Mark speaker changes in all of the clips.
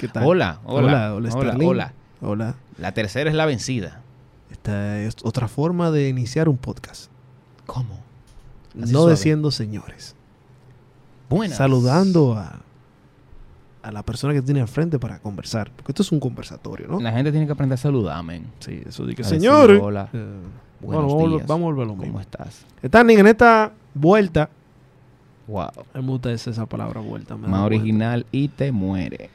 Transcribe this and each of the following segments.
Speaker 1: ¿Qué tal?
Speaker 2: Hola,
Speaker 1: Hola, hola,
Speaker 2: hola, hola,
Speaker 1: Starling.
Speaker 2: hola.
Speaker 1: Hola.
Speaker 2: La tercera es la vencida.
Speaker 1: Esta es otra forma de iniciar un podcast.
Speaker 2: ¿Cómo? Así
Speaker 1: no
Speaker 2: suave.
Speaker 1: diciendo señores.
Speaker 2: Buenas.
Speaker 1: Saludando a, a la persona que tiene al frente para conversar. Porque esto es un conversatorio, ¿no?
Speaker 2: La gente tiene que aprender a saludar, amén.
Speaker 1: Sí, eso de que
Speaker 2: A decir
Speaker 1: señores.
Speaker 2: hola,
Speaker 1: Eh,
Speaker 2: buenos
Speaker 1: bueno, vamos, a vol-
Speaker 2: días.
Speaker 1: vamos a volver a lo
Speaker 2: ¿Cómo
Speaker 1: mismo.
Speaker 2: estás?
Speaker 1: Están en esta vuelta.
Speaker 2: Wow.
Speaker 1: A mí me gusta esa esa palabra vuelta. me da
Speaker 2: Más
Speaker 1: vuelta.
Speaker 2: original y te muere.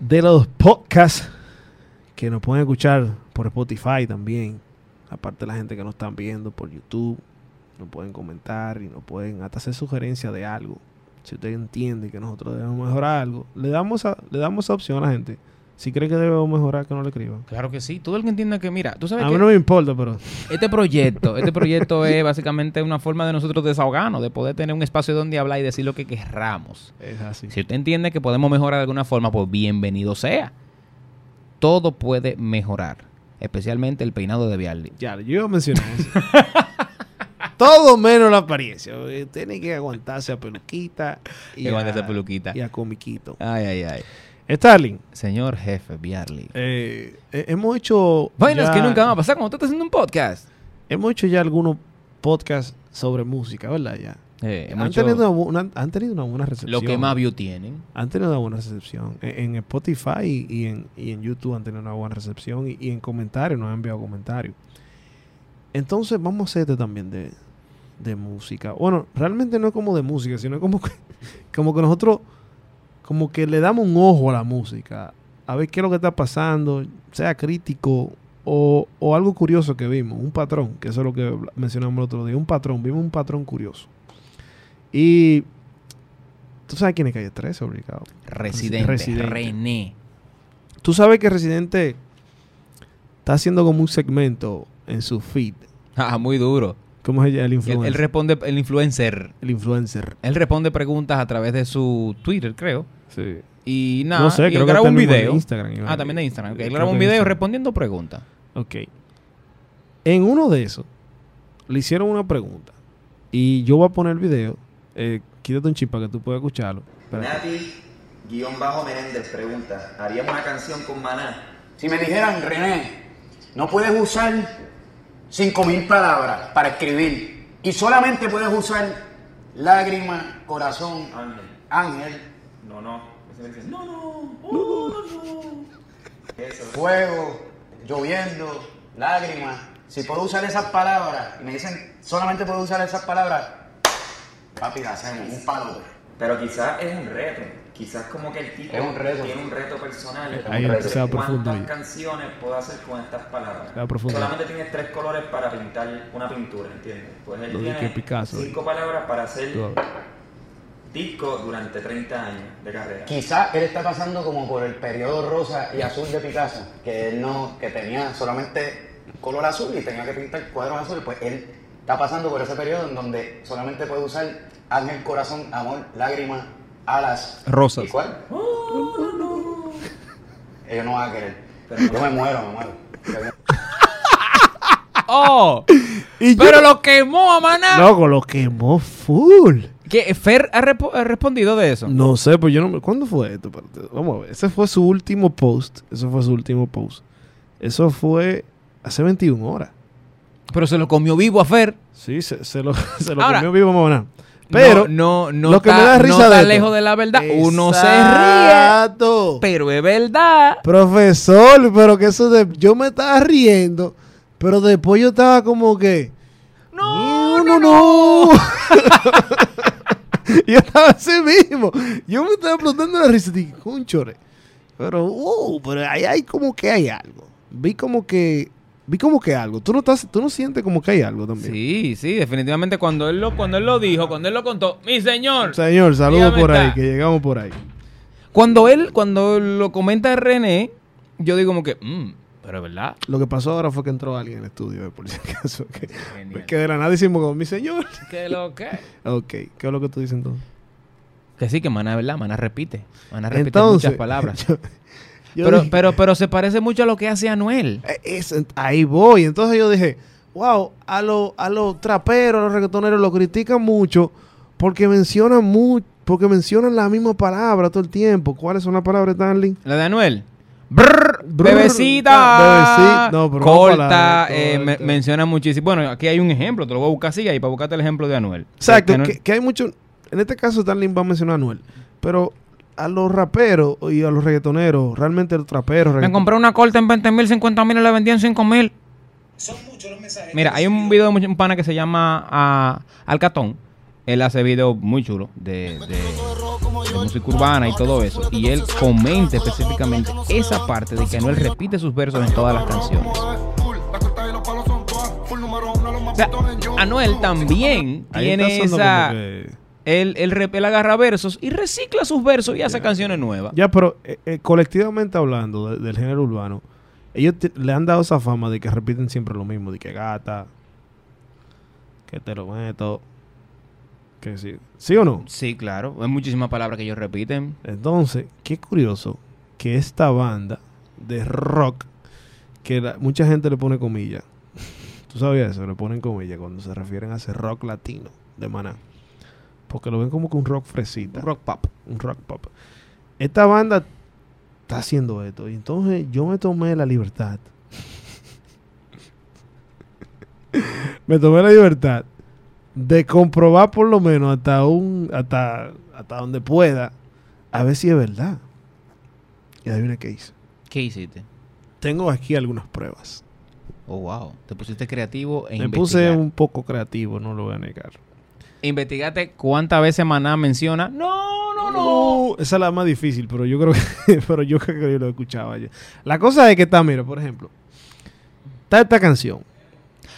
Speaker 1: de los podcasts que nos pueden escuchar por Spotify también. Aparte de la gente que nos están viendo por YouTube, nos pueden comentar y nos pueden hasta hacer sugerencias de algo. Si usted entiende que nosotros debemos mejorar algo, le damos a, le damos esa opción a la gente. Si cree que debemos mejorar, que no le escriban.
Speaker 2: Claro que sí. Todo el que entienda que, mira, tú sabes
Speaker 1: A
Speaker 2: que
Speaker 1: mí no me importa, pero
Speaker 2: este proyecto, este proyecto es básicamente una forma de nosotros desahogarnos, de poder tener un espacio donde hablar y decir lo que querramos.
Speaker 1: es así.
Speaker 2: Si usted entiende que podemos mejorar de alguna forma, pues bienvenido sea. Todo puede mejorar, especialmente el peinado de Vialdi.
Speaker 1: Ya, yo iba a mencionar eso. Todo menos la apariencia. Eh, Tiene que aguantarse a peluquita y,
Speaker 2: Que manda esa
Speaker 1: a,
Speaker 2: peluquita.
Speaker 1: y a comiquito.
Speaker 2: Ay, ay, ay.
Speaker 1: Starling,
Speaker 2: Señor jefe Viarli.
Speaker 1: Eh, eh, hemos hecho.
Speaker 2: Vainas
Speaker 1: ya-
Speaker 2: que nunca van a pasar cuando tú estás haciendo un podcast.
Speaker 1: Hemos hecho ya algunos podcasts sobre música, ¿verdad? Ya.
Speaker 2: Eh,
Speaker 1: han,
Speaker 2: mucho-
Speaker 1: tenido una, bu- una- han tenido una buena recepción.
Speaker 2: lo que más view tienen.
Speaker 1: Han tenido una buena recepción. E-, En, en Spotify y, y en, y en YouTube han tenido una buena recepción. Y, y en comentarios nos han enviado comentarios. Entonces, vamos a hacer este también de, de música. Bueno, realmente no es como de música, sino como que, como que nosotros. Como que le damos un ojo a la música. A ver qué es lo que está pasando. Sea crítico. O, o algo curioso que vimos, un patrón, que eso es lo que habla- mencionamos el otro día, un patrón, vimos un patrón curioso. Y tú sabes quién es Calle 13, obligado.
Speaker 2: Residente,
Speaker 1: Residente.
Speaker 2: René.
Speaker 1: Tú sabes que Residente está haciendo como un segmento en su feed.
Speaker 2: Ah, muy duro.
Speaker 1: ¿Cómo es ella? El
Speaker 2: Él,
Speaker 1: influencer.
Speaker 2: él responde, el influencer.
Speaker 1: El influencer.
Speaker 2: Él responde preguntas a través de su Twitter, creo.
Speaker 1: Sí.
Speaker 2: Y nada,
Speaker 1: no sé,
Speaker 2: y él
Speaker 1: creo que
Speaker 2: graba
Speaker 1: está
Speaker 2: un
Speaker 1: el mismo de
Speaker 2: video.
Speaker 1: Instagram, Iván.
Speaker 2: Ah, también de Instagram. ok. Él
Speaker 1: Creo
Speaker 2: graba un
Speaker 1: que de
Speaker 2: video
Speaker 1: Instagram.
Speaker 2: respondiendo preguntas.
Speaker 1: Ok. En uno de esos, le hicieron una pregunta. Y yo voy a poner el video. Eh, quítate un chip para que tú puedas escucharlo. Espérate.
Speaker 3: Nati, guión bajo Menéndez, pregunta, ¿harías una canción con Maná?
Speaker 4: Si me dijeran, René, no puedes usar 5.000 palabras para escribir y solamente puedes usar lágrima, corazón,
Speaker 3: Ángel.
Speaker 4: ángel,
Speaker 3: No, no. No, no, Eso.
Speaker 4: fuego, lloviendo, lágrima. Si puedo usar esas palabras y me dicen solamente puedo usar esas palabras, papi, la hacemos, un palo.
Speaker 3: Pero quizás es un reto. Quizás como que el tipo
Speaker 4: Es un reto.
Speaker 3: tiene un reto personal.
Speaker 1: Ahí
Speaker 3: Un reto.
Speaker 1: se va profundo
Speaker 3: ¿Cuántas
Speaker 1: ahí.
Speaker 3: canciones puedo hacer con estas palabras?
Speaker 1: Se va profundo.
Speaker 3: Solamente tienes tres colores para pintar una pintura, ¿entiendes? Pues él
Speaker 1: Lo dije
Speaker 3: tiene
Speaker 1: Picasso,
Speaker 3: cinco palabras para hacer
Speaker 1: Tú hablas.
Speaker 3: disco durante 30 años de carrera.
Speaker 4: Quizá él está pasando como por el periodo rosa y azul de Picasso, que él no, que tenía solamente color azul y tenía que pintar cuadros azules, pues él está pasando por ese periodo en donde solamente puede usar ángel, corazón, amor, lágrimas, alas.
Speaker 2: Rosas.
Speaker 4: ¿Y cuál? Ellos no van a querer.
Speaker 3: Pero-
Speaker 4: Yo me muero, me muero.
Speaker 2: ¡Oh!
Speaker 1: Y
Speaker 2: Pero lo quemó a Maná.
Speaker 1: Loco, lo quemó full.
Speaker 2: ¿Qué? Fer ha, repo- ha respondido de eso.
Speaker 1: No sé, pues yo no me... ¿Cuándo fue esto? Espérate, Vamos a ver. Ese fue su último post. Eso fue su último post. Eso fue hace 21 horas.
Speaker 2: Pero se lo comió vivo a Fer.
Speaker 1: Sí, se, se lo, se lo
Speaker 2: Ahora-
Speaker 1: comió vivo Mamona. Pero...
Speaker 2: no, no, no
Speaker 1: lo que
Speaker 2: está-
Speaker 1: me da risa
Speaker 2: no está
Speaker 1: de esto-
Speaker 2: lejos de la verdad. Uno se ríe.
Speaker 1: Exacto.
Speaker 2: Pero es verdad.
Speaker 1: Profesor, pero que eso de... Yo me estaba riendo, pero después yo estaba como que... No, no, no. yo estaba así mismo. Yo me estaba explotando la risa. Dije, "Cónchole". Pero, uh, pero ahí hay como que hay algo. Vi como que... Vi como que algo. Tú no, estás, tú no sientes como que hay algo también.
Speaker 2: Sí, sí, definitivamente cuando él lo, cuando él lo dijo, cuando él lo contó, mi señor.
Speaker 1: Señor, saludo
Speaker 2: Dígame
Speaker 1: por ahí,
Speaker 2: está.
Speaker 1: que llegamos por ahí.
Speaker 2: Cuando él, cuando lo comenta René, yo digo como que, "Mm, pero es verdad.
Speaker 1: Lo que pasó ahora fue que entró alguien al estudio, eh, por si acaso. Que,
Speaker 2: Genial.
Speaker 1: que de la nada hicimos como, mi señor.
Speaker 2: ¿Qué lo que?
Speaker 1: Ok, ¿qué es lo que tú dices entonces?
Speaker 2: Que sí, que Maná, es ¿verdad? Maná repite. Maná repite muchas palabras.
Speaker 1: yo- yo
Speaker 2: pero,
Speaker 1: dije-
Speaker 2: pero, pero se parece mucho a lo que hace Anuel.
Speaker 1: Eh, es- ahí voy. Entonces yo dije, wow, a los a los traperos, a los reggaetoneros lo critican mucho Porque mencionan mu- porque mencionan la misma palabra todo el tiempo. ¿Cuáles son las palabras, Stanley?
Speaker 2: La de Anuel. Brr,
Speaker 1: Brr,
Speaker 2: bebecita.
Speaker 1: ah, bebeci- no, pero no
Speaker 2: corta.
Speaker 1: palabra,
Speaker 2: eh, me-
Speaker 1: corta.
Speaker 2: menciona muchísimo. Bueno, aquí hay un ejemplo. Te lo voy a buscar así ahí para buscarte el ejemplo de Anuel.
Speaker 1: Exacto,
Speaker 2: Anuel-
Speaker 1: que, que hay mucho. En este caso, Stanley va a mencionar a Anuel. Pero a los raperos y a los reggaetoneros, realmente los traperos.
Speaker 2: Me
Speaker 1: reggaeton-
Speaker 2: compré una corta en 20 mil, 50 mil, la vendí en 5 mil. Mira, hay un video de mucho- un pana que se llama ah, Alcatón. Él hace videos muy chulos de, de- de música urbana y todo eso. Y él comenta específicamente esa parte de que Anuel repite sus versos en todas las canciones. O sea, Anuel también
Speaker 1: Ahí está
Speaker 2: tiene
Speaker 1: sonando
Speaker 2: esa...
Speaker 1: como que-
Speaker 2: Él, él rep- él agarra versos y recicla sus versos y hace canciones nuevas.
Speaker 1: Ya, pero eh, eh, colectivamente hablando de- del género urbano, ellos te- le han dado esa fama de que repiten siempre lo mismo, de que gata, que te lo meto, que sí. ¿Sí o no?
Speaker 2: Sí, claro. Hay muchísimas palabras que ellos repiten.
Speaker 1: Entonces, qué curioso que esta banda de rock, que la- mucha gente le pone comillas, tú sabías eso, le ponen comillas cuando se refieren a ese rock latino de maná. Porque lo ven como que un rock fresita.
Speaker 2: Rock pop.
Speaker 1: un rock pop. Esta banda está haciendo esto. Y entonces yo me tomé la libertad. me tomé la libertad de comprobar por lo menos hasta un hasta hasta donde pueda a ver si es verdad. Y adivina qué hice.
Speaker 2: ¿Qué hiciste?
Speaker 1: Tengo aquí algunas pruebas.
Speaker 2: Oh, wow. Te pusiste creativo e
Speaker 1: me puse
Speaker 2: investigar.
Speaker 1: un poco creativo, no lo voy a negar.
Speaker 2: Investigate cuántas veces Maná menciona. No, no, no.
Speaker 1: Uh, esa es la más difícil, pero yo creo que, pero yo creo que yo lo escuchaba ya. La cosa es que está, mira, por ejemplo, está esta canción.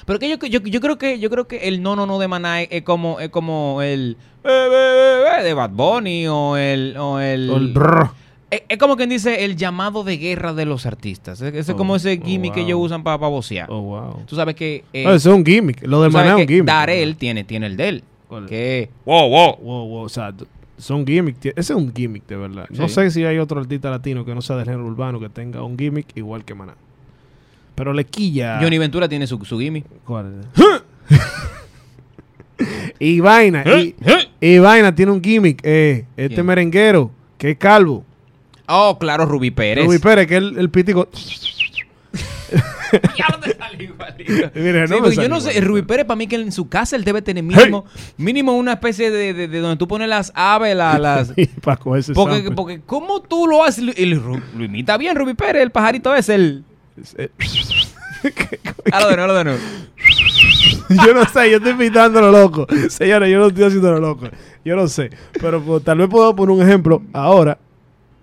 Speaker 2: Pero que yo, yo, yo creo que yo creo que el no, no, no de Maná es, es como es como el eh, eh, eh, eh, de Bad Bunny o el o el,
Speaker 1: o el brr.
Speaker 2: es, es como quien dice el llamado de guerra de los artistas. Ese ese es
Speaker 1: Oh,
Speaker 2: como ese
Speaker 1: oh,
Speaker 2: gimmick que
Speaker 1: wow.
Speaker 2: ellos usan para vocear.
Speaker 1: Oh, wow.
Speaker 2: Tú sabes que eh,
Speaker 1: No, Ah, eso es un gimmick. Lo de
Speaker 2: tú sabes
Speaker 1: Maná es un
Speaker 2: que
Speaker 1: gimmick.
Speaker 2: Darel tiene tiene el del
Speaker 1: ¿Cuál?
Speaker 2: que wow, wow.
Speaker 1: Wow, wow, o sea, d- son gimmick. Tie- Ese es un gimmick, de verdad. No
Speaker 2: Sí.
Speaker 1: sé si hay otro artista latino que no sea del género urbano que tenga un gimmick igual que Maná. Pero le quilla.
Speaker 2: Johnny Ventura tiene su, su gimmick.
Speaker 1: ¿Cuál es? y vaina. Y, y vaina tiene un gimmick. eh, este
Speaker 2: ¿Quién?
Speaker 1: merenguero que es calvo.
Speaker 2: Oh, claro, Rubí Pérez.
Speaker 1: Luis Pérez, que el, el pítico.
Speaker 2: Ya no te sale igualito.
Speaker 1: Mira, no
Speaker 2: Sí,
Speaker 1: me
Speaker 2: porque
Speaker 1: sale
Speaker 2: yo no sé,
Speaker 1: igualito.
Speaker 2: Rubí Pérez para mí que en su casa él debe tener mínimo, mínimo una especie de, de- de donde tú pones las aves, la- las...
Speaker 1: para coger ese
Speaker 2: Porque,
Speaker 1: sample.
Speaker 2: porque ¿cómo tú lo haces? Y lo, lo imita bien Rubí Pérez, el pajarito es el...
Speaker 1: Eh,
Speaker 2: Ahora de nuevo, ahora de nuevo.
Speaker 1: yo no sé, yo estoy pintando lo loco. Señores, yo no estoy haciendo lo loco. Yo no sé. Pero pues, tal vez puedo poner un ejemplo ahora.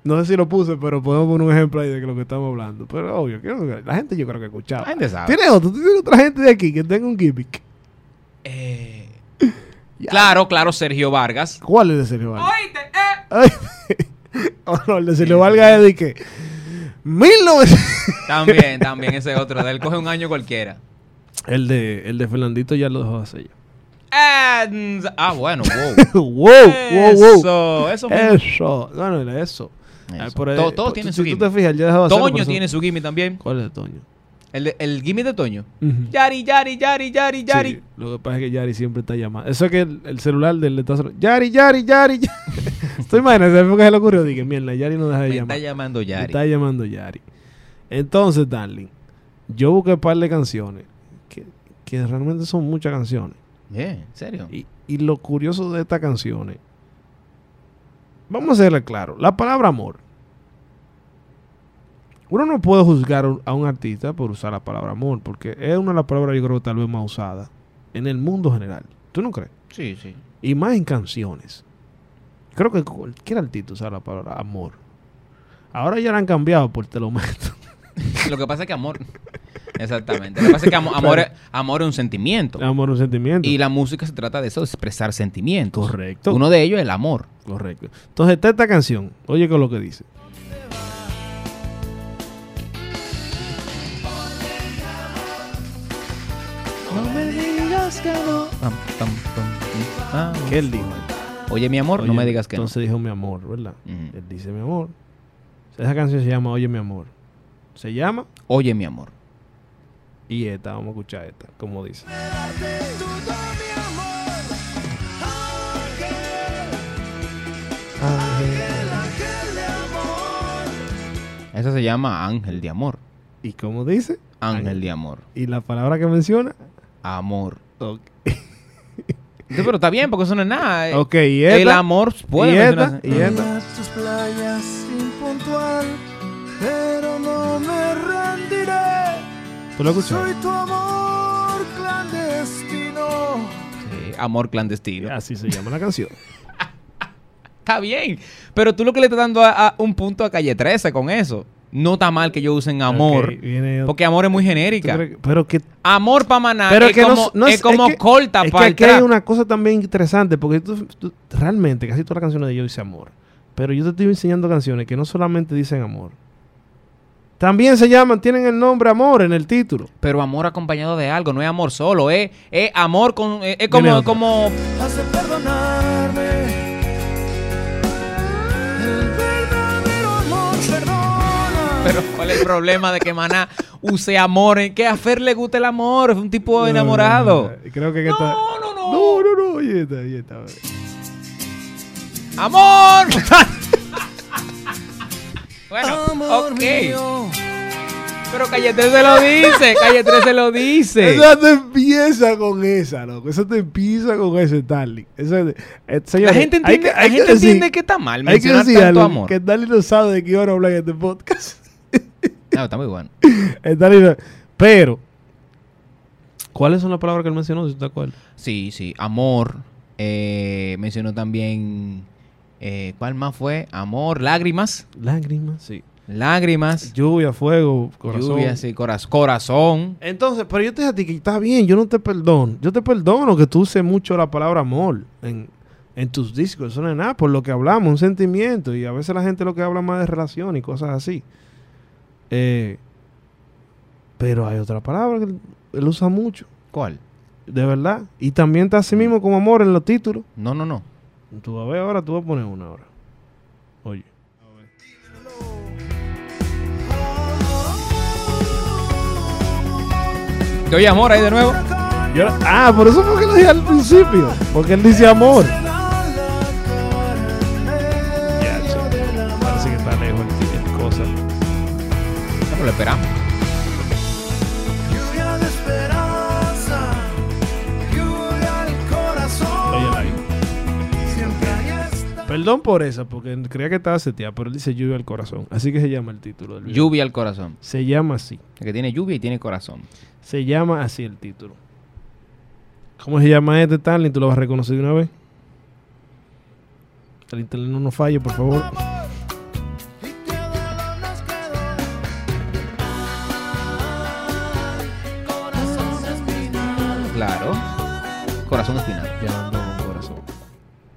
Speaker 1: No sé si lo puse, pero podemos poner un ejemplo ahí de lo que estamos hablando. Pero obvio, creo que la gente yo creo que escuchaba.
Speaker 2: La gente sabe.
Speaker 1: ¿Tiene otro? ¿Tú tienes otra gente de aquí que tenga un gimmick?
Speaker 2: Eh, claro, claro, Sergio Vargas.
Speaker 1: ¿Cuál es el de Sergio Vargas?
Speaker 2: Oíste, eh.
Speaker 1: Ay, oh, no, el de Sergio Vargas es de que... 1900...
Speaker 2: También, también ese otro. de Él coge un año cualquiera.
Speaker 1: El de, el de Fernandito ya lo dejó de hacer ya.
Speaker 2: Eh, ah, bueno, wow.
Speaker 1: wow, wow, wow.
Speaker 2: Eso, eso mismo.
Speaker 1: Eso, no, no era eso.
Speaker 2: Eso.
Speaker 1: Ah, por ahí-
Speaker 2: Todos- todos
Speaker 1: por-
Speaker 2: tienen
Speaker 1: si
Speaker 2: su
Speaker 1: tú te
Speaker 2: gimmick.
Speaker 1: fijas, él ya dejó de hacerlo, por
Speaker 2: Toño
Speaker 1: eso-
Speaker 2: tiene su gimmick también.
Speaker 1: ¿Cuál es Toño?
Speaker 2: El, de- el gimmick de Toño.
Speaker 1: Ujú.
Speaker 2: Yari, Yari, Yari, Yari, Yari.
Speaker 1: Sí, lo que pasa es que Yari siempre está llamando. Eso es que el, el celular del le está sonando, Yari, Yari, Yari. Estoy imaginando, ¿sabes por qué se le ocurrió? Dije, mierda, Yari no deja de
Speaker 2: Me
Speaker 1: llamar.
Speaker 2: está llamando
Speaker 1: Me
Speaker 2: Yari.
Speaker 1: está llamando Yari. Entonces, darling, yo busqué un par de canciones que, que realmente son muchas canciones.
Speaker 2: Bien, ¿Eh? ¿En serio?
Speaker 1: Y, y lo curioso de estas canciones, vamos a hacerle claro, la palabra amor. Uno no puede juzgar a un artista por usar la palabra amor, porque es una de las palabras yo creo tal vez más usada en el mundo general. ¿Tú no crees?
Speaker 2: Sí, sí.
Speaker 1: Y más en canciones. Creo que cualquier artista usa la palabra amor. Ahora ya la han cambiado por te lo meto.
Speaker 2: Lo que pasa es que amor. Exactamente. Lo que pasa es que amo- amor, es, amor es un sentimiento.
Speaker 1: Amor es un sentimiento.
Speaker 2: Y la música se trata de eso, de expresar sentimientos.
Speaker 1: Correcto.
Speaker 2: Uno de ellos es el amor.
Speaker 1: Correcto. Entonces está esta canción. Oye con lo que dice.
Speaker 2: Pam, pam, pam, pam.
Speaker 1: ¿Qué él dijo?
Speaker 2: Oye, mi amor, no
Speaker 1: Oye,
Speaker 2: me digas que no.
Speaker 1: Entonces dijo mi amor, ¿verdad?
Speaker 2: Ujú.
Speaker 1: Él dice mi amor. O sea, esa canción se llama Oye mi amor. Se llama
Speaker 2: Oye, mi amor.
Speaker 1: y esta, vamos a escuchar esta, como dice.
Speaker 2: Esa se llama Ángel de Amor.
Speaker 1: ¿Y cómo dice?
Speaker 2: Ángel de Amor.
Speaker 1: ¿Y la palabra que menciona?
Speaker 2: Amor.
Speaker 1: Ok,
Speaker 2: Sí, pero está bien, porque eso no es nada. eh.
Speaker 1: Ok, y
Speaker 2: El
Speaker 1: esta,
Speaker 2: amor
Speaker 1: y
Speaker 2: puede
Speaker 1: esta,
Speaker 2: mencionarse.
Speaker 1: y esta.
Speaker 5: tus playas sin puntual, pero no me rendiré.
Speaker 1: ¿Tú lo escuchas?
Speaker 5: Soy tu amor clandestino.
Speaker 2: Sí, amor clandestino.
Speaker 1: Así se llama la canción.
Speaker 2: Está bien. Pero tú lo que le estás dando a, a un punto a calle 13 con eso. No está mal que ellos usen amor.
Speaker 1: Ok, viene-
Speaker 2: Porque amor es muy
Speaker 1: ¿tú
Speaker 2: genérica.
Speaker 1: crees que- pero que
Speaker 2: Amor para maná
Speaker 1: Pero
Speaker 2: Ah, es,
Speaker 1: que no
Speaker 2: como,
Speaker 1: s- no
Speaker 2: es,
Speaker 1: es- es
Speaker 2: como
Speaker 1: que-
Speaker 2: corta
Speaker 1: es que
Speaker 2: para el
Speaker 1: aquí hay
Speaker 2: trap.
Speaker 1: una cosa también interesante, porque tú, tú- realmente casi todas las canciones de ellos dicen amor. Pero yo te estoy enseñando canciones que no solamente dicen amor. También se llaman, tienen el nombre amor en el título.
Speaker 2: Pero amor acompañado de algo, no es amor solo, es, es amor con. Es,
Speaker 1: Viene
Speaker 2: es como,
Speaker 1: otra.
Speaker 2: como.
Speaker 5: Has de perdonarme. El verdadero amor perdona.
Speaker 2: Pero ¿cuál es el problema de que Maná use amor? ¿En que a Fer le gusta el amor? Es un tipo enamorado.
Speaker 1: Eh, Creo que en
Speaker 2: No,
Speaker 1: esta-
Speaker 2: no, no.
Speaker 1: No, no, no. Oye, esta, oye, esta.
Speaker 2: ¡Amor! bueno,
Speaker 5: amor
Speaker 2: ok.
Speaker 5: mío.
Speaker 2: Pero Calle 13 lo dice, Calle 13 lo dice.
Speaker 1: Esa te empieza con esa, loco. Esa te empieza con ese, Starling. Esa, eh,
Speaker 2: La
Speaker 1: señores,
Speaker 2: gente
Speaker 1: hay
Speaker 2: entiende,
Speaker 1: que- hay
Speaker 2: la
Speaker 1: que
Speaker 2: gente
Speaker 1: decir-
Speaker 2: entiende que está mal
Speaker 1: Hay que
Speaker 2: mencionar
Speaker 1: decir
Speaker 2: tanto
Speaker 1: algo,
Speaker 2: amor.
Speaker 1: que Starling no sabe de qué iba a hablar en este podcast.
Speaker 2: No, está muy bueno.
Speaker 1: Está libre. Pero, ¿cuáles son las palabras que él mencionó? Si te acuerdas.
Speaker 2: Sí, sí, amor. eh, mencionó también. eh, ¿Cuál más fue? Amor, lágrimas.
Speaker 1: Lágrimas, sí.
Speaker 2: Lágrimas.
Speaker 1: Lluvia, fuego, corazón.
Speaker 2: Lluvia, sí, coraz- corazón.
Speaker 1: Entonces, pero yo te dije a ti que está bien, yo no te perdono. Yo te perdono que tú uses mucho la palabra amor en, en tus discos. Eso no es nada, por lo que hablamos, un sentimiento. Y a veces la gente lo que habla más de relación y cosas así. Eh, pero hay otra palabra que él- él usa mucho,
Speaker 2: ¿Cuál? Mm.
Speaker 1: de verdad. Y también está así mismo como amor en los títulos.
Speaker 2: No, no, no.
Speaker 1: Tú vas a ver ahora, tú vas a poner una ahora. Oye.
Speaker 2: Te oye amor ahí de nuevo.
Speaker 1: Yo la- ah, por eso fue que lo dije al principio. Porque él dice amor. Ya, che. Parece que está lejos el, el cosa.
Speaker 2: Pero lo esperamos.
Speaker 5: Lluvia de esperanza, lluvia al corazón.
Speaker 1: Óyela ahí.
Speaker 5: Siempre ahí está.
Speaker 1: Perdón por eso, porque creía que estaba seteada, pero él dice lluvia al corazón. Así que se llama el título del video.
Speaker 2: Lluvia al corazón.
Speaker 1: Se llama así.
Speaker 2: Que tiene lluvia y tiene corazón.
Speaker 1: Se llama así el título. ¿Cómo se llama este Stanley? ¿Tú lo vas a reconocer de una vez? El internet no nos falle, por favor.
Speaker 5: Y qué dolor nos quedó. Ay, corazón espinal.
Speaker 2: Claro. Corazón espinal.
Speaker 1: Ya ando con corazón.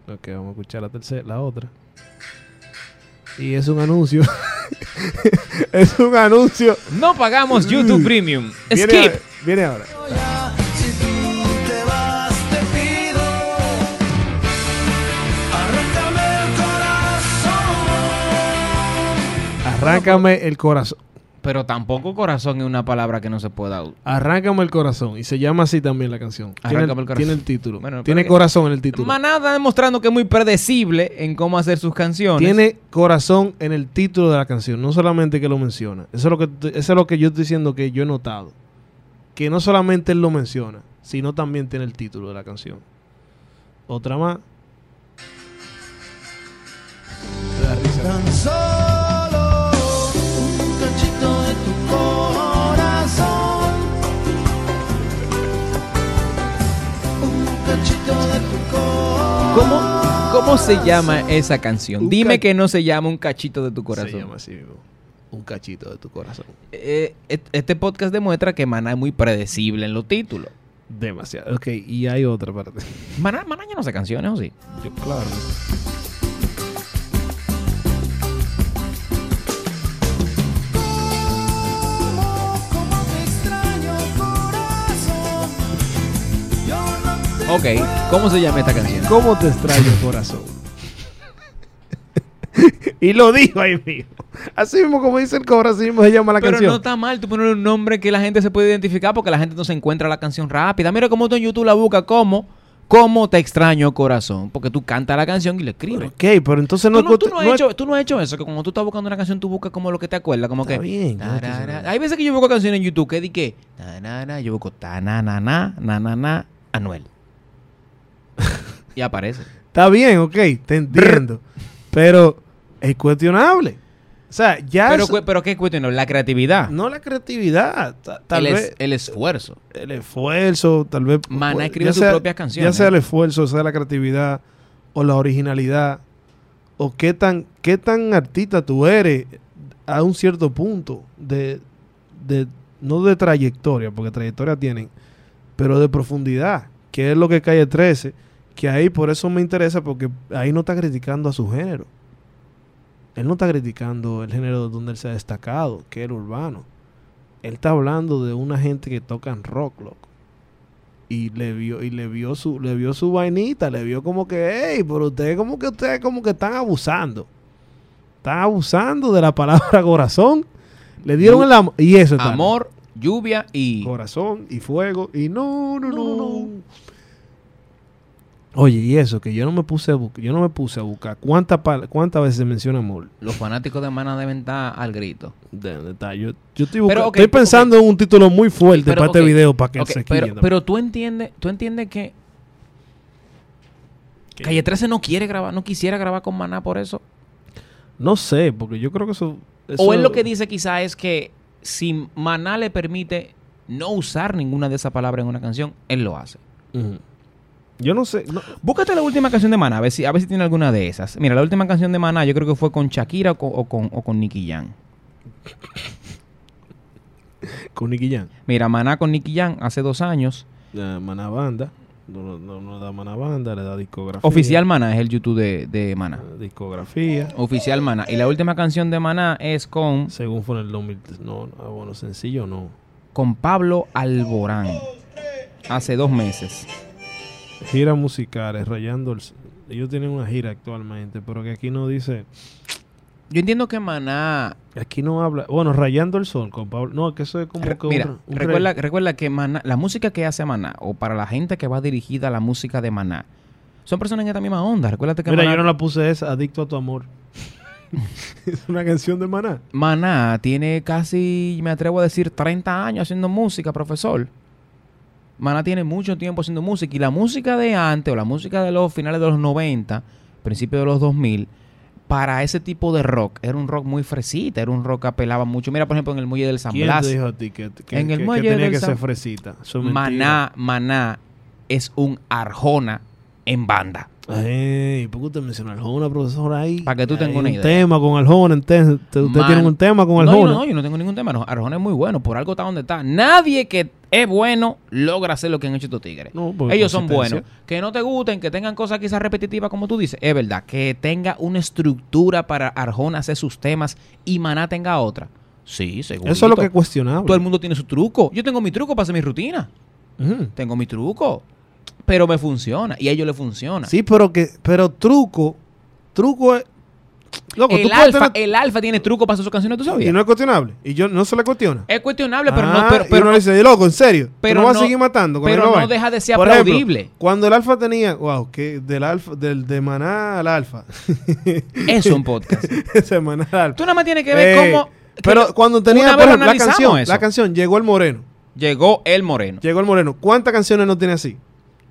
Speaker 1: Ok, vamos a escuchar la tercera, la otra. Y es un anuncio. es un anuncio.
Speaker 2: No pagamos YouTube Premium.
Speaker 1: Viene
Speaker 2: Skip.
Speaker 1: ahora- Viene ahora.
Speaker 5: Ya, si tú te vas, te pido. Arráncame el corazón.
Speaker 1: Arráncame el corazón.
Speaker 2: Pero tampoco corazón es una palabra que no se pueda usar.
Speaker 1: Arráncame el corazón. Y se llama así también la canción. Tiene,
Speaker 2: Arráncame
Speaker 1: el,
Speaker 2: el corazón.
Speaker 1: tiene el título.
Speaker 2: Bueno,
Speaker 1: tiene
Speaker 2: pero-
Speaker 1: corazón en el título.
Speaker 2: Maná está demostrando que es muy predecible en cómo hacer sus canciones.
Speaker 1: Tiene corazón en el título de la canción, no solamente que lo menciona. Eso es lo que, t- eso es lo que yo estoy diciendo que yo he notado. Que no solamente él lo menciona, sino también tiene el título de la canción. Otra más. Me da risa.
Speaker 5: Tan solo un cachito de tu corazón. Un cachito de tu corazón.
Speaker 2: ¿Cómo, ¿Cómo se llama esa canción?
Speaker 1: Un
Speaker 2: Dime
Speaker 1: ca-
Speaker 2: que no se llama Un cachito de tu corazón.
Speaker 1: Se llama así mismo. Un cachito de tu corazón.
Speaker 2: Eh, et- este podcast demuestra que Maná es muy predecible en los títulos.
Speaker 1: Demasiado. Ok, y hay otra parte.
Speaker 2: Maná, Maná ya no hace canciones, ¿o sí?
Speaker 1: Yo, claro.
Speaker 5: Como te extraño corazón. Yo no te
Speaker 2: Ok, ¿cómo se llama esta canción?
Speaker 1: ¿Cómo te extraño, corazón? y lo dijo ahí mismo. Así mismo como dice el cobra, así mismo se llama la
Speaker 2: Pero
Speaker 1: canción.
Speaker 2: no está mal tú ponerle un nombre que la gente se puede identificar porque la gente no se encuentra la canción rápida. Mira cómo tú en YouTube la busca como ¿Cómo te extraño corazón? Porque tú cantas la canción y la escribes.
Speaker 1: Ok, pero entonces no,
Speaker 2: Tú no, tú
Speaker 1: escucha-
Speaker 2: no has
Speaker 1: no
Speaker 2: hecho, tú no has hecho eso, que cuando tú estás buscando una canción, tú buscas como lo que te acuerdas, como
Speaker 1: Está
Speaker 2: que...
Speaker 1: bien, yo no estoy
Speaker 2: tarara.
Speaker 1: seguro.
Speaker 2: Hay veces que yo busco canciones en YouTube que di que... tarara, yo busco tananana, nanana, Anuel. y aparece.
Speaker 1: Está bien, ok, te entiendo. pero es cuestionable. O sea, ya
Speaker 2: Pero,
Speaker 1: es-
Speaker 2: cu- pero ¿qué cuestión? La creatividad.
Speaker 1: no la creatividad, ta- tal
Speaker 2: el, es-
Speaker 1: vez
Speaker 2: el esfuerzo.
Speaker 1: el esfuerzo, tal vez
Speaker 2: Maná
Speaker 1: pues,
Speaker 2: escribe
Speaker 1: ya
Speaker 2: sus propias canciones.
Speaker 1: Ya sea el esfuerzo, sea la creatividad o la originalidad o qué tan qué tan artista tú eres a un cierto punto de, de no de trayectoria, porque trayectoria tienen, pero de profundidad, que es lo que calle 13, que ahí por eso me interesa porque ahí no está criticando a su género. Él no está criticando el género donde él se ha destacado, que es el urbano. Él está hablando de una gente que tocan rock, loco. Y le vio, y le vio su, le vio su vainita, le vio como que, hey, pero ustedes como que ustedes como que están abusando. Están abusando de la palabra corazón. Le dieron
Speaker 2: Lu-
Speaker 1: el amor. Y eso está.
Speaker 2: Amor, lluvia y...
Speaker 1: Corazón y fuego. Y no, no, no,
Speaker 2: No.
Speaker 1: no. Oye, y eso, que yo no me puse a buscar, yo no me puse a buscar cuánta pal- cuántas veces se menciona amor.
Speaker 2: Los fanáticos de Mana deben estar al grito.
Speaker 1: De- de- ta- yo, yo estoy, busca-
Speaker 2: Pero, ok,
Speaker 1: estoy pensando en un título muy fuerte
Speaker 2: Pero,
Speaker 1: para
Speaker 2: ok,
Speaker 1: este video para que
Speaker 2: ok,
Speaker 1: se
Speaker 2: pero,
Speaker 1: quillen.
Speaker 2: pero tú entiendes, tú entiendes que Calle 13 no quiere grabar, no quisiera grabar con Maná por eso.
Speaker 1: No sé, porque yo creo que eso,
Speaker 2: O
Speaker 1: eso-
Speaker 2: él lo que dice quizá es que si Maná le permite no usar ninguna de esas palabras en una canción, él lo hace.
Speaker 1: Ujú. Yo no sé. no-
Speaker 2: Búscate la última canción de Maná, a ver si, a ver si tiene alguna de esas. Mira, la última canción de Maná yo creo que fue con Shakira o con, o con, o con Nicky Jam.
Speaker 1: con Nicky Jam.
Speaker 2: Mira, Maná con Nicky Jam hace dos años.
Speaker 1: eh, Maná Banda. No, no- no- no da Maná Banda, le da discografía.
Speaker 2: Oficial Maná es el YouTube de, de
Speaker 1: eh,
Speaker 2: Maná.
Speaker 1: Discografía.
Speaker 2: Oficial Maná. Y la última canción de Maná es con,
Speaker 1: Según fue en el 2000. No, no, ah, bueno, sencillo no.
Speaker 2: con Pablo Alborán. Hace dos meses.
Speaker 1: Giras musicales, rayando el. Ellos tienen una gira actualmente, pero que aquí no dice.
Speaker 2: Yo entiendo que Maná.
Speaker 1: Aquí no habla. Bueno, rayando el sol con Pablo. No, que eso es como
Speaker 2: Re-
Speaker 1: que
Speaker 2: mira,
Speaker 1: un- un
Speaker 2: recuerda,
Speaker 1: re-
Speaker 2: recuerda que Maná, la música que hace Maná, o para la gente que va dirigida a la música de Maná, son personas en esta misma onda. Recuérdate que
Speaker 1: Mira,
Speaker 2: Maná,
Speaker 1: yo no la puse esa, Adicto a tu amor. es una canción de Maná.
Speaker 2: Maná tiene casi, me atrevo a decir, 30 años haciendo música, profesor. Maná tiene mucho tiempo haciendo música y la música de antes o la música de los finales de los 90, principios de los 2000, para ese tipo de rock, era un rock muy fresita, era un rock que apelaba mucho. Mira, por ejemplo, en el Muelle del San
Speaker 1: ¿Quién
Speaker 2: Blas,
Speaker 1: te dijo a ti que, que-
Speaker 2: En
Speaker 1: que-
Speaker 2: el
Speaker 1: que
Speaker 2: muelle
Speaker 1: tenía
Speaker 2: del
Speaker 1: que ser
Speaker 2: San-
Speaker 1: fresita? Eso es mentira.
Speaker 2: Maná, Maná es un Arjona en banda.
Speaker 1: Ey, ¿por qué usted menciona Aljona, profesor? Ahí.
Speaker 2: Pa' que tú
Speaker 1: Ahí
Speaker 2: tengas
Speaker 1: hay
Speaker 2: una
Speaker 1: un
Speaker 2: idea.
Speaker 1: tema con Aljona, entonces. Usted, usted
Speaker 2: Man-
Speaker 1: tiene un tema con
Speaker 2: No, yo
Speaker 1: Aljona.
Speaker 2: no, yo no tengo ningún tema. no. Arjona es muy bueno, por algo está donde está. Nadie que es bueno logra hacer lo que han hecho estos tigres.
Speaker 1: No, por
Speaker 2: Ellos son
Speaker 1: consistencia.
Speaker 2: buenos. Que no te gusten, que tengan cosas quizás repetitivas, como tú dices. Es verdad, que tenga una estructura para Arjona hacer sus temas y Maná tenga otra. Sí, seguro.
Speaker 1: Eso es lo que es cuestionable.
Speaker 2: Todo el mundo tiene su truco. Yo tengo mi truco para hacer mi rutina.
Speaker 1: Ujú.
Speaker 2: Tengo mi truco. Pero me funciona. Y a ellos les funciona.
Speaker 1: Sí, pero que, pero truco, truco es. Loco, tú
Speaker 2: el,
Speaker 1: puedes
Speaker 2: alfa,
Speaker 1: tener-
Speaker 2: el alfa tiene truco para hacer sus canciones, ¿tú sabías?
Speaker 1: y no es cuestionable. Y yo no se le cuestiona.
Speaker 2: Es cuestionable, pero
Speaker 1: Ah,
Speaker 2: no... Pero,
Speaker 1: y
Speaker 2: pero
Speaker 1: uno
Speaker 2: no-
Speaker 1: dice, loco, en serio.
Speaker 2: pero
Speaker 1: Pero no va
Speaker 2: no-
Speaker 1: a seguir matando. con
Speaker 2: pero
Speaker 1: la misma
Speaker 2: no
Speaker 1: vaina".
Speaker 2: deja de ser
Speaker 1: Por ejemplo,
Speaker 2: aplaudible.
Speaker 1: cuando el alfa tenía, wow, que del alfa, del de maná al alfa.
Speaker 2: Eso es un podcast.
Speaker 1: Ese maná al alfa.
Speaker 2: Tú nada más tienes que ver
Speaker 1: Eh,
Speaker 2: cómo... que
Speaker 1: Pero
Speaker 2: yo-
Speaker 1: cuando tenía,
Speaker 2: una
Speaker 1: por
Speaker 2: vez lo
Speaker 1: ejemplo, la
Speaker 2: analizamos
Speaker 1: canción,
Speaker 2: eso.
Speaker 1: la canción Llegó el Moreno.
Speaker 2: Llegó el moreno.
Speaker 1: Llegó el Moreno. ¿Cuántas canciones no tiene así?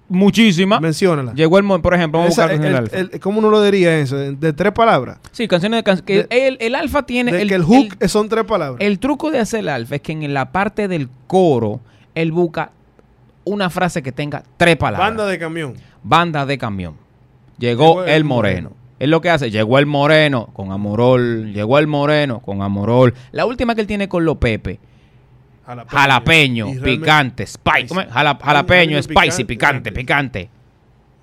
Speaker 2: Muchísimas.
Speaker 1: Menciónala.
Speaker 2: Ah. Llegó el moreno, por ejemplo. Vamos
Speaker 1: Esa-
Speaker 2: a buscar canciones
Speaker 1: el-
Speaker 2: del alfa.
Speaker 1: el- ¿Cómo uno lo diría eso? De tres palabras.
Speaker 2: sí, canciones de... can- que el, el alfa tiene...
Speaker 1: De
Speaker 2: el,
Speaker 1: que el hook son tres palabras.
Speaker 2: el truco de hacer el alfa es que en la parte del coro, él busca una frase que tenga tres palabras.
Speaker 1: Banda de camión.
Speaker 2: Banda de camión. Llegó,
Speaker 1: Llegó
Speaker 2: el,
Speaker 1: el
Speaker 2: moreno.
Speaker 1: moreno.
Speaker 2: Es lo que hace. Llegó el moreno con Amorol. Llegó el moreno con Amorol. La última que él tiene con los Pepe. Jalapeño,
Speaker 1: Y realmente-
Speaker 2: picante, spicy. ¿cómo es? Jala- jalapeño,
Speaker 1: Jalapeño,
Speaker 2: spicy,
Speaker 1: picante,
Speaker 2: picante, picante.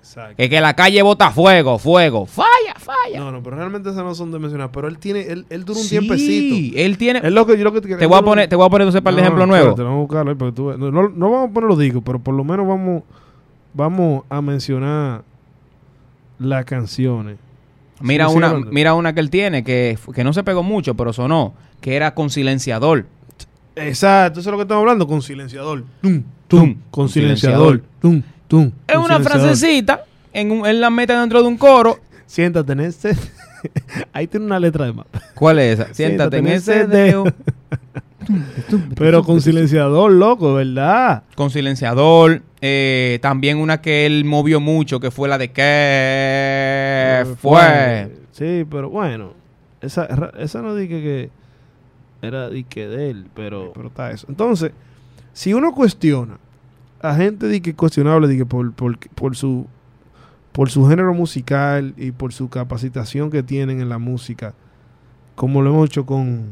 Speaker 1: Exacto.
Speaker 2: Que, que la calle bota fuego, fuego. Falla, falla.
Speaker 1: No, no, pero realmente esas no son de mencionar. Pero él tiene, él, él dura un
Speaker 2: Sí,
Speaker 1: tiempecito.
Speaker 2: Él tiene.
Speaker 1: Es lo que yo lo que
Speaker 2: te, voy a poner, te voy a poner entonces para el ejemplo nuevo.
Speaker 1: vamos a buscarlo, eh, porque tú ves. no, no- no vamos a poner los discos, pero por lo menos vamos, vamos a mencionar las canciones.
Speaker 2: Mira
Speaker 1: Sigue
Speaker 2: una,
Speaker 1: hablando.
Speaker 2: mira una que él tiene que, que no se pegó mucho, pero sonó. Que era con silenciador.
Speaker 1: Exacto, eso es lo que estamos hablando, con silenciador. Tum,
Speaker 2: Tum.
Speaker 1: tum, con silenciador. Tum, Tum,
Speaker 2: Es
Speaker 1: un
Speaker 2: una
Speaker 1: silenciador.
Speaker 2: frasecita, en un- él la mete dentro de un coro.
Speaker 1: Siéntate en este. Ahí tiene una letra de más.
Speaker 2: ¿Cuál es esa? Siéntate en ese dedo.
Speaker 1: Pero con silenciador, loco, ¿verdad?
Speaker 2: Con silenciador. eh, también una que él movió mucho, que fue la de que Eh, fue.
Speaker 1: Sí, pero bueno. Esa, ra- esa no dije que era dije de él, pero, pero está eso. Entonces, si uno cuestiona a gente dije cuestionable dije por, por, por su por su género musical y por su capacitación que tienen en la música, como lo hemos hecho con,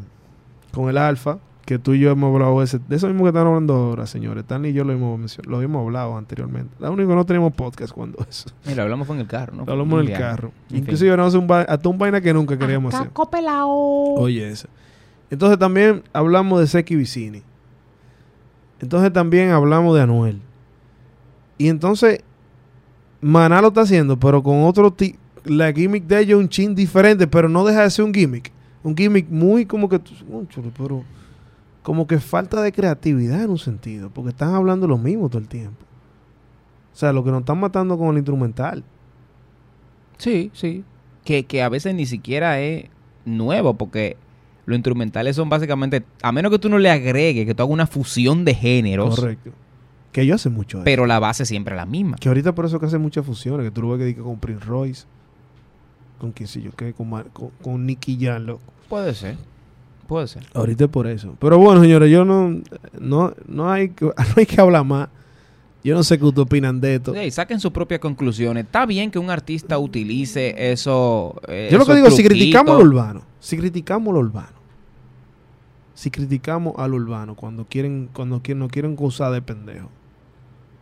Speaker 1: con el Alfa, que tú y yo hemos hablado de, ese- de eso mismo que están hablando ahora, señores. Tan y yo lo hemos, mencio- lo hemos hablado anteriormente. La única que no tenemos podcast cuando eso.
Speaker 2: Mira, hablamos fue en el carro, ¿no?
Speaker 1: Lo hablamos en el
Speaker 2: Ya.
Speaker 1: carro.
Speaker 2: En fin.
Speaker 1: Inclusive no hace un ba- hasta un vaina que nunca queríamos hacer. Oye, ese. Entonces también hablamos de Seki Vicini. Entonces también hablamos de Anuel. Y entonces, Maná lo está haciendo, pero con otro ti- La gimmick de ellos es un chin diferente, pero no deja de ser un gimmick. Un gimmick muy como que. tú- Cónchale, pero. Como que falta de creatividad en un sentido, porque están hablando lo mismo todo el tiempo. O sea, lo que nos están matando con el instrumental.
Speaker 2: Sí, sí. Que, que a veces ni siquiera es nuevo, porque los instrumentales son básicamente, a menos que tú no le agregues, que tú hagas una fusión de géneros,
Speaker 1: Correcto. Que ellos hacen mucho de
Speaker 2: pero la base siempre es la misma.
Speaker 1: Que ahorita por eso que hacen muchas fusiones, que tú lo ves que dije con Prince Royce, con quién sé yo qué, con, Mar- con, con Nicky Jam, loco.
Speaker 2: Puede ser, puede ser.
Speaker 1: Ahorita es por eso. Pero bueno, señores, yo no, no, no, hay, que- no hay que hablar más. Yo no sé qué ustedes opinan de esto.
Speaker 2: Sí, saquen sus propias conclusiones. Está bien que un artista utilice eso. eh,
Speaker 1: yo lo que
Speaker 2: esos
Speaker 1: digo, si
Speaker 2: truquitos.
Speaker 1: criticamos lo urbano, si criticamos lo urbano, si criticamos al urbano cuando quieren, cuando quieren, nos quieren acusar de pendejo,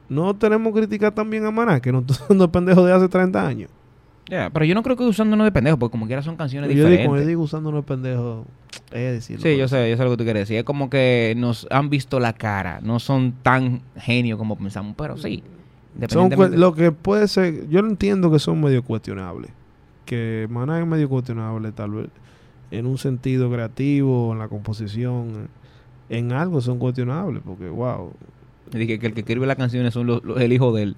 Speaker 1: no tenemos que criticar también a Maná, que no son pendejos de hace 30 años.
Speaker 2: Ya, pero yo no creo que usando uno de pendejo, porque como quiera son canciones
Speaker 1: Yo digo,
Speaker 2: diferentes.
Speaker 1: cuando yo digo usando unos pendejos, es decirlo.
Speaker 2: Sí, yo sé, yo sé lo que tú quieres decir. Es como que nos han visto la cara. No son tan genios como pensamos, pero sí.
Speaker 1: Son cue-
Speaker 2: independientemente-
Speaker 1: lo que puede ser, yo lo entiendo que son medio cuestionables. Que Maná es medio cuestionable, tal vez. En un sentido creativo, en la composición, en algo son cuestionables, porque wow.
Speaker 2: Y Dije que el que escribe las canciones son los, los- el hijo de él.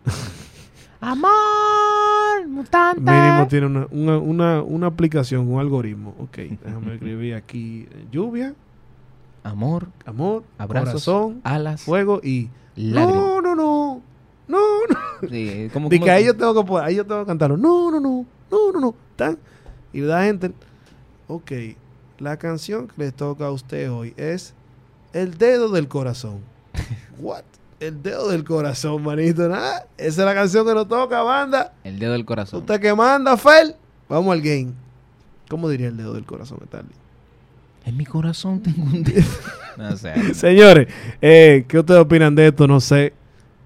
Speaker 6: Amor, mutante.
Speaker 1: Mínimo tiene una, una, una, una aplicación, un algoritmo. Ok, déjame escribir aquí eh, lluvia,
Speaker 2: Amor,
Speaker 1: amor,
Speaker 2: abrazos,
Speaker 1: corazón,
Speaker 2: alas,
Speaker 1: fuego y...
Speaker 2: lágrimas.
Speaker 1: No, no, no. No, no.
Speaker 2: Sí, como-
Speaker 1: De
Speaker 2: como-
Speaker 1: que ahí yo tengo que poner, ahí yo tengo que cantarlo. No, no, no, no, no, no. Tan. Y la gente, ok, la canción que les toca a usted hoy es El dedo del corazón. What? El dedo del corazón, manito. Nada. Esa es la canción que nos toca, banda.
Speaker 2: El dedo del corazón.
Speaker 1: Usted que manda, Fel. Vamos al game. ¿Cómo diría el dedo del corazón, Stanley?
Speaker 2: En mi corazón tengo un dedo. no sé.
Speaker 1: Señores, eh, ¿qué ustedes opinan de esto? No sé.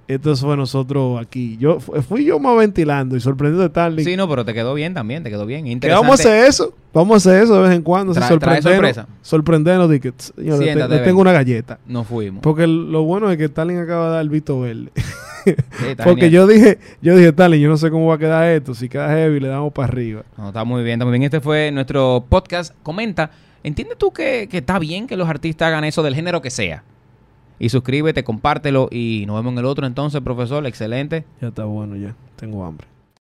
Speaker 1: Esto fue nosotros aquí. Yo fu- fui yo más ventilando y sorprendido de Stanley.
Speaker 2: Sí, no, pero te quedó bien también, te quedó bien.
Speaker 1: Que
Speaker 2: Interesante.
Speaker 1: vamos a hacer eso. Vamos a hacer eso de vez en cuando.
Speaker 2: Trae-
Speaker 1: Trae,
Speaker 2: trae sorpresa.
Speaker 1: sorpresa. Sorprendernos de que tss, señor, le, te-
Speaker 2: Siéntate,
Speaker 1: le
Speaker 2: ven.
Speaker 1: tengo una galleta.
Speaker 2: Nos fuimos.
Speaker 1: Porque lo bueno es que Stalin acaba de dar el visto verde.
Speaker 2: Sí, está
Speaker 1: Porque
Speaker 2: genial.
Speaker 1: yo dije, yo dije, Stalin, yo no sé cómo va a quedar esto. Si queda heavy, le damos para arriba.
Speaker 2: No, está muy bien, está muy bien. Este fue nuestro podcast. Comenta, ¿entiendes tú que, que está bien que los artistas hagan eso del género que sea? Y suscríbete, compártelo y nos vemos en el otro entonces, profesor. Excelente.
Speaker 1: Ya está bueno, ya. Tengo hambre.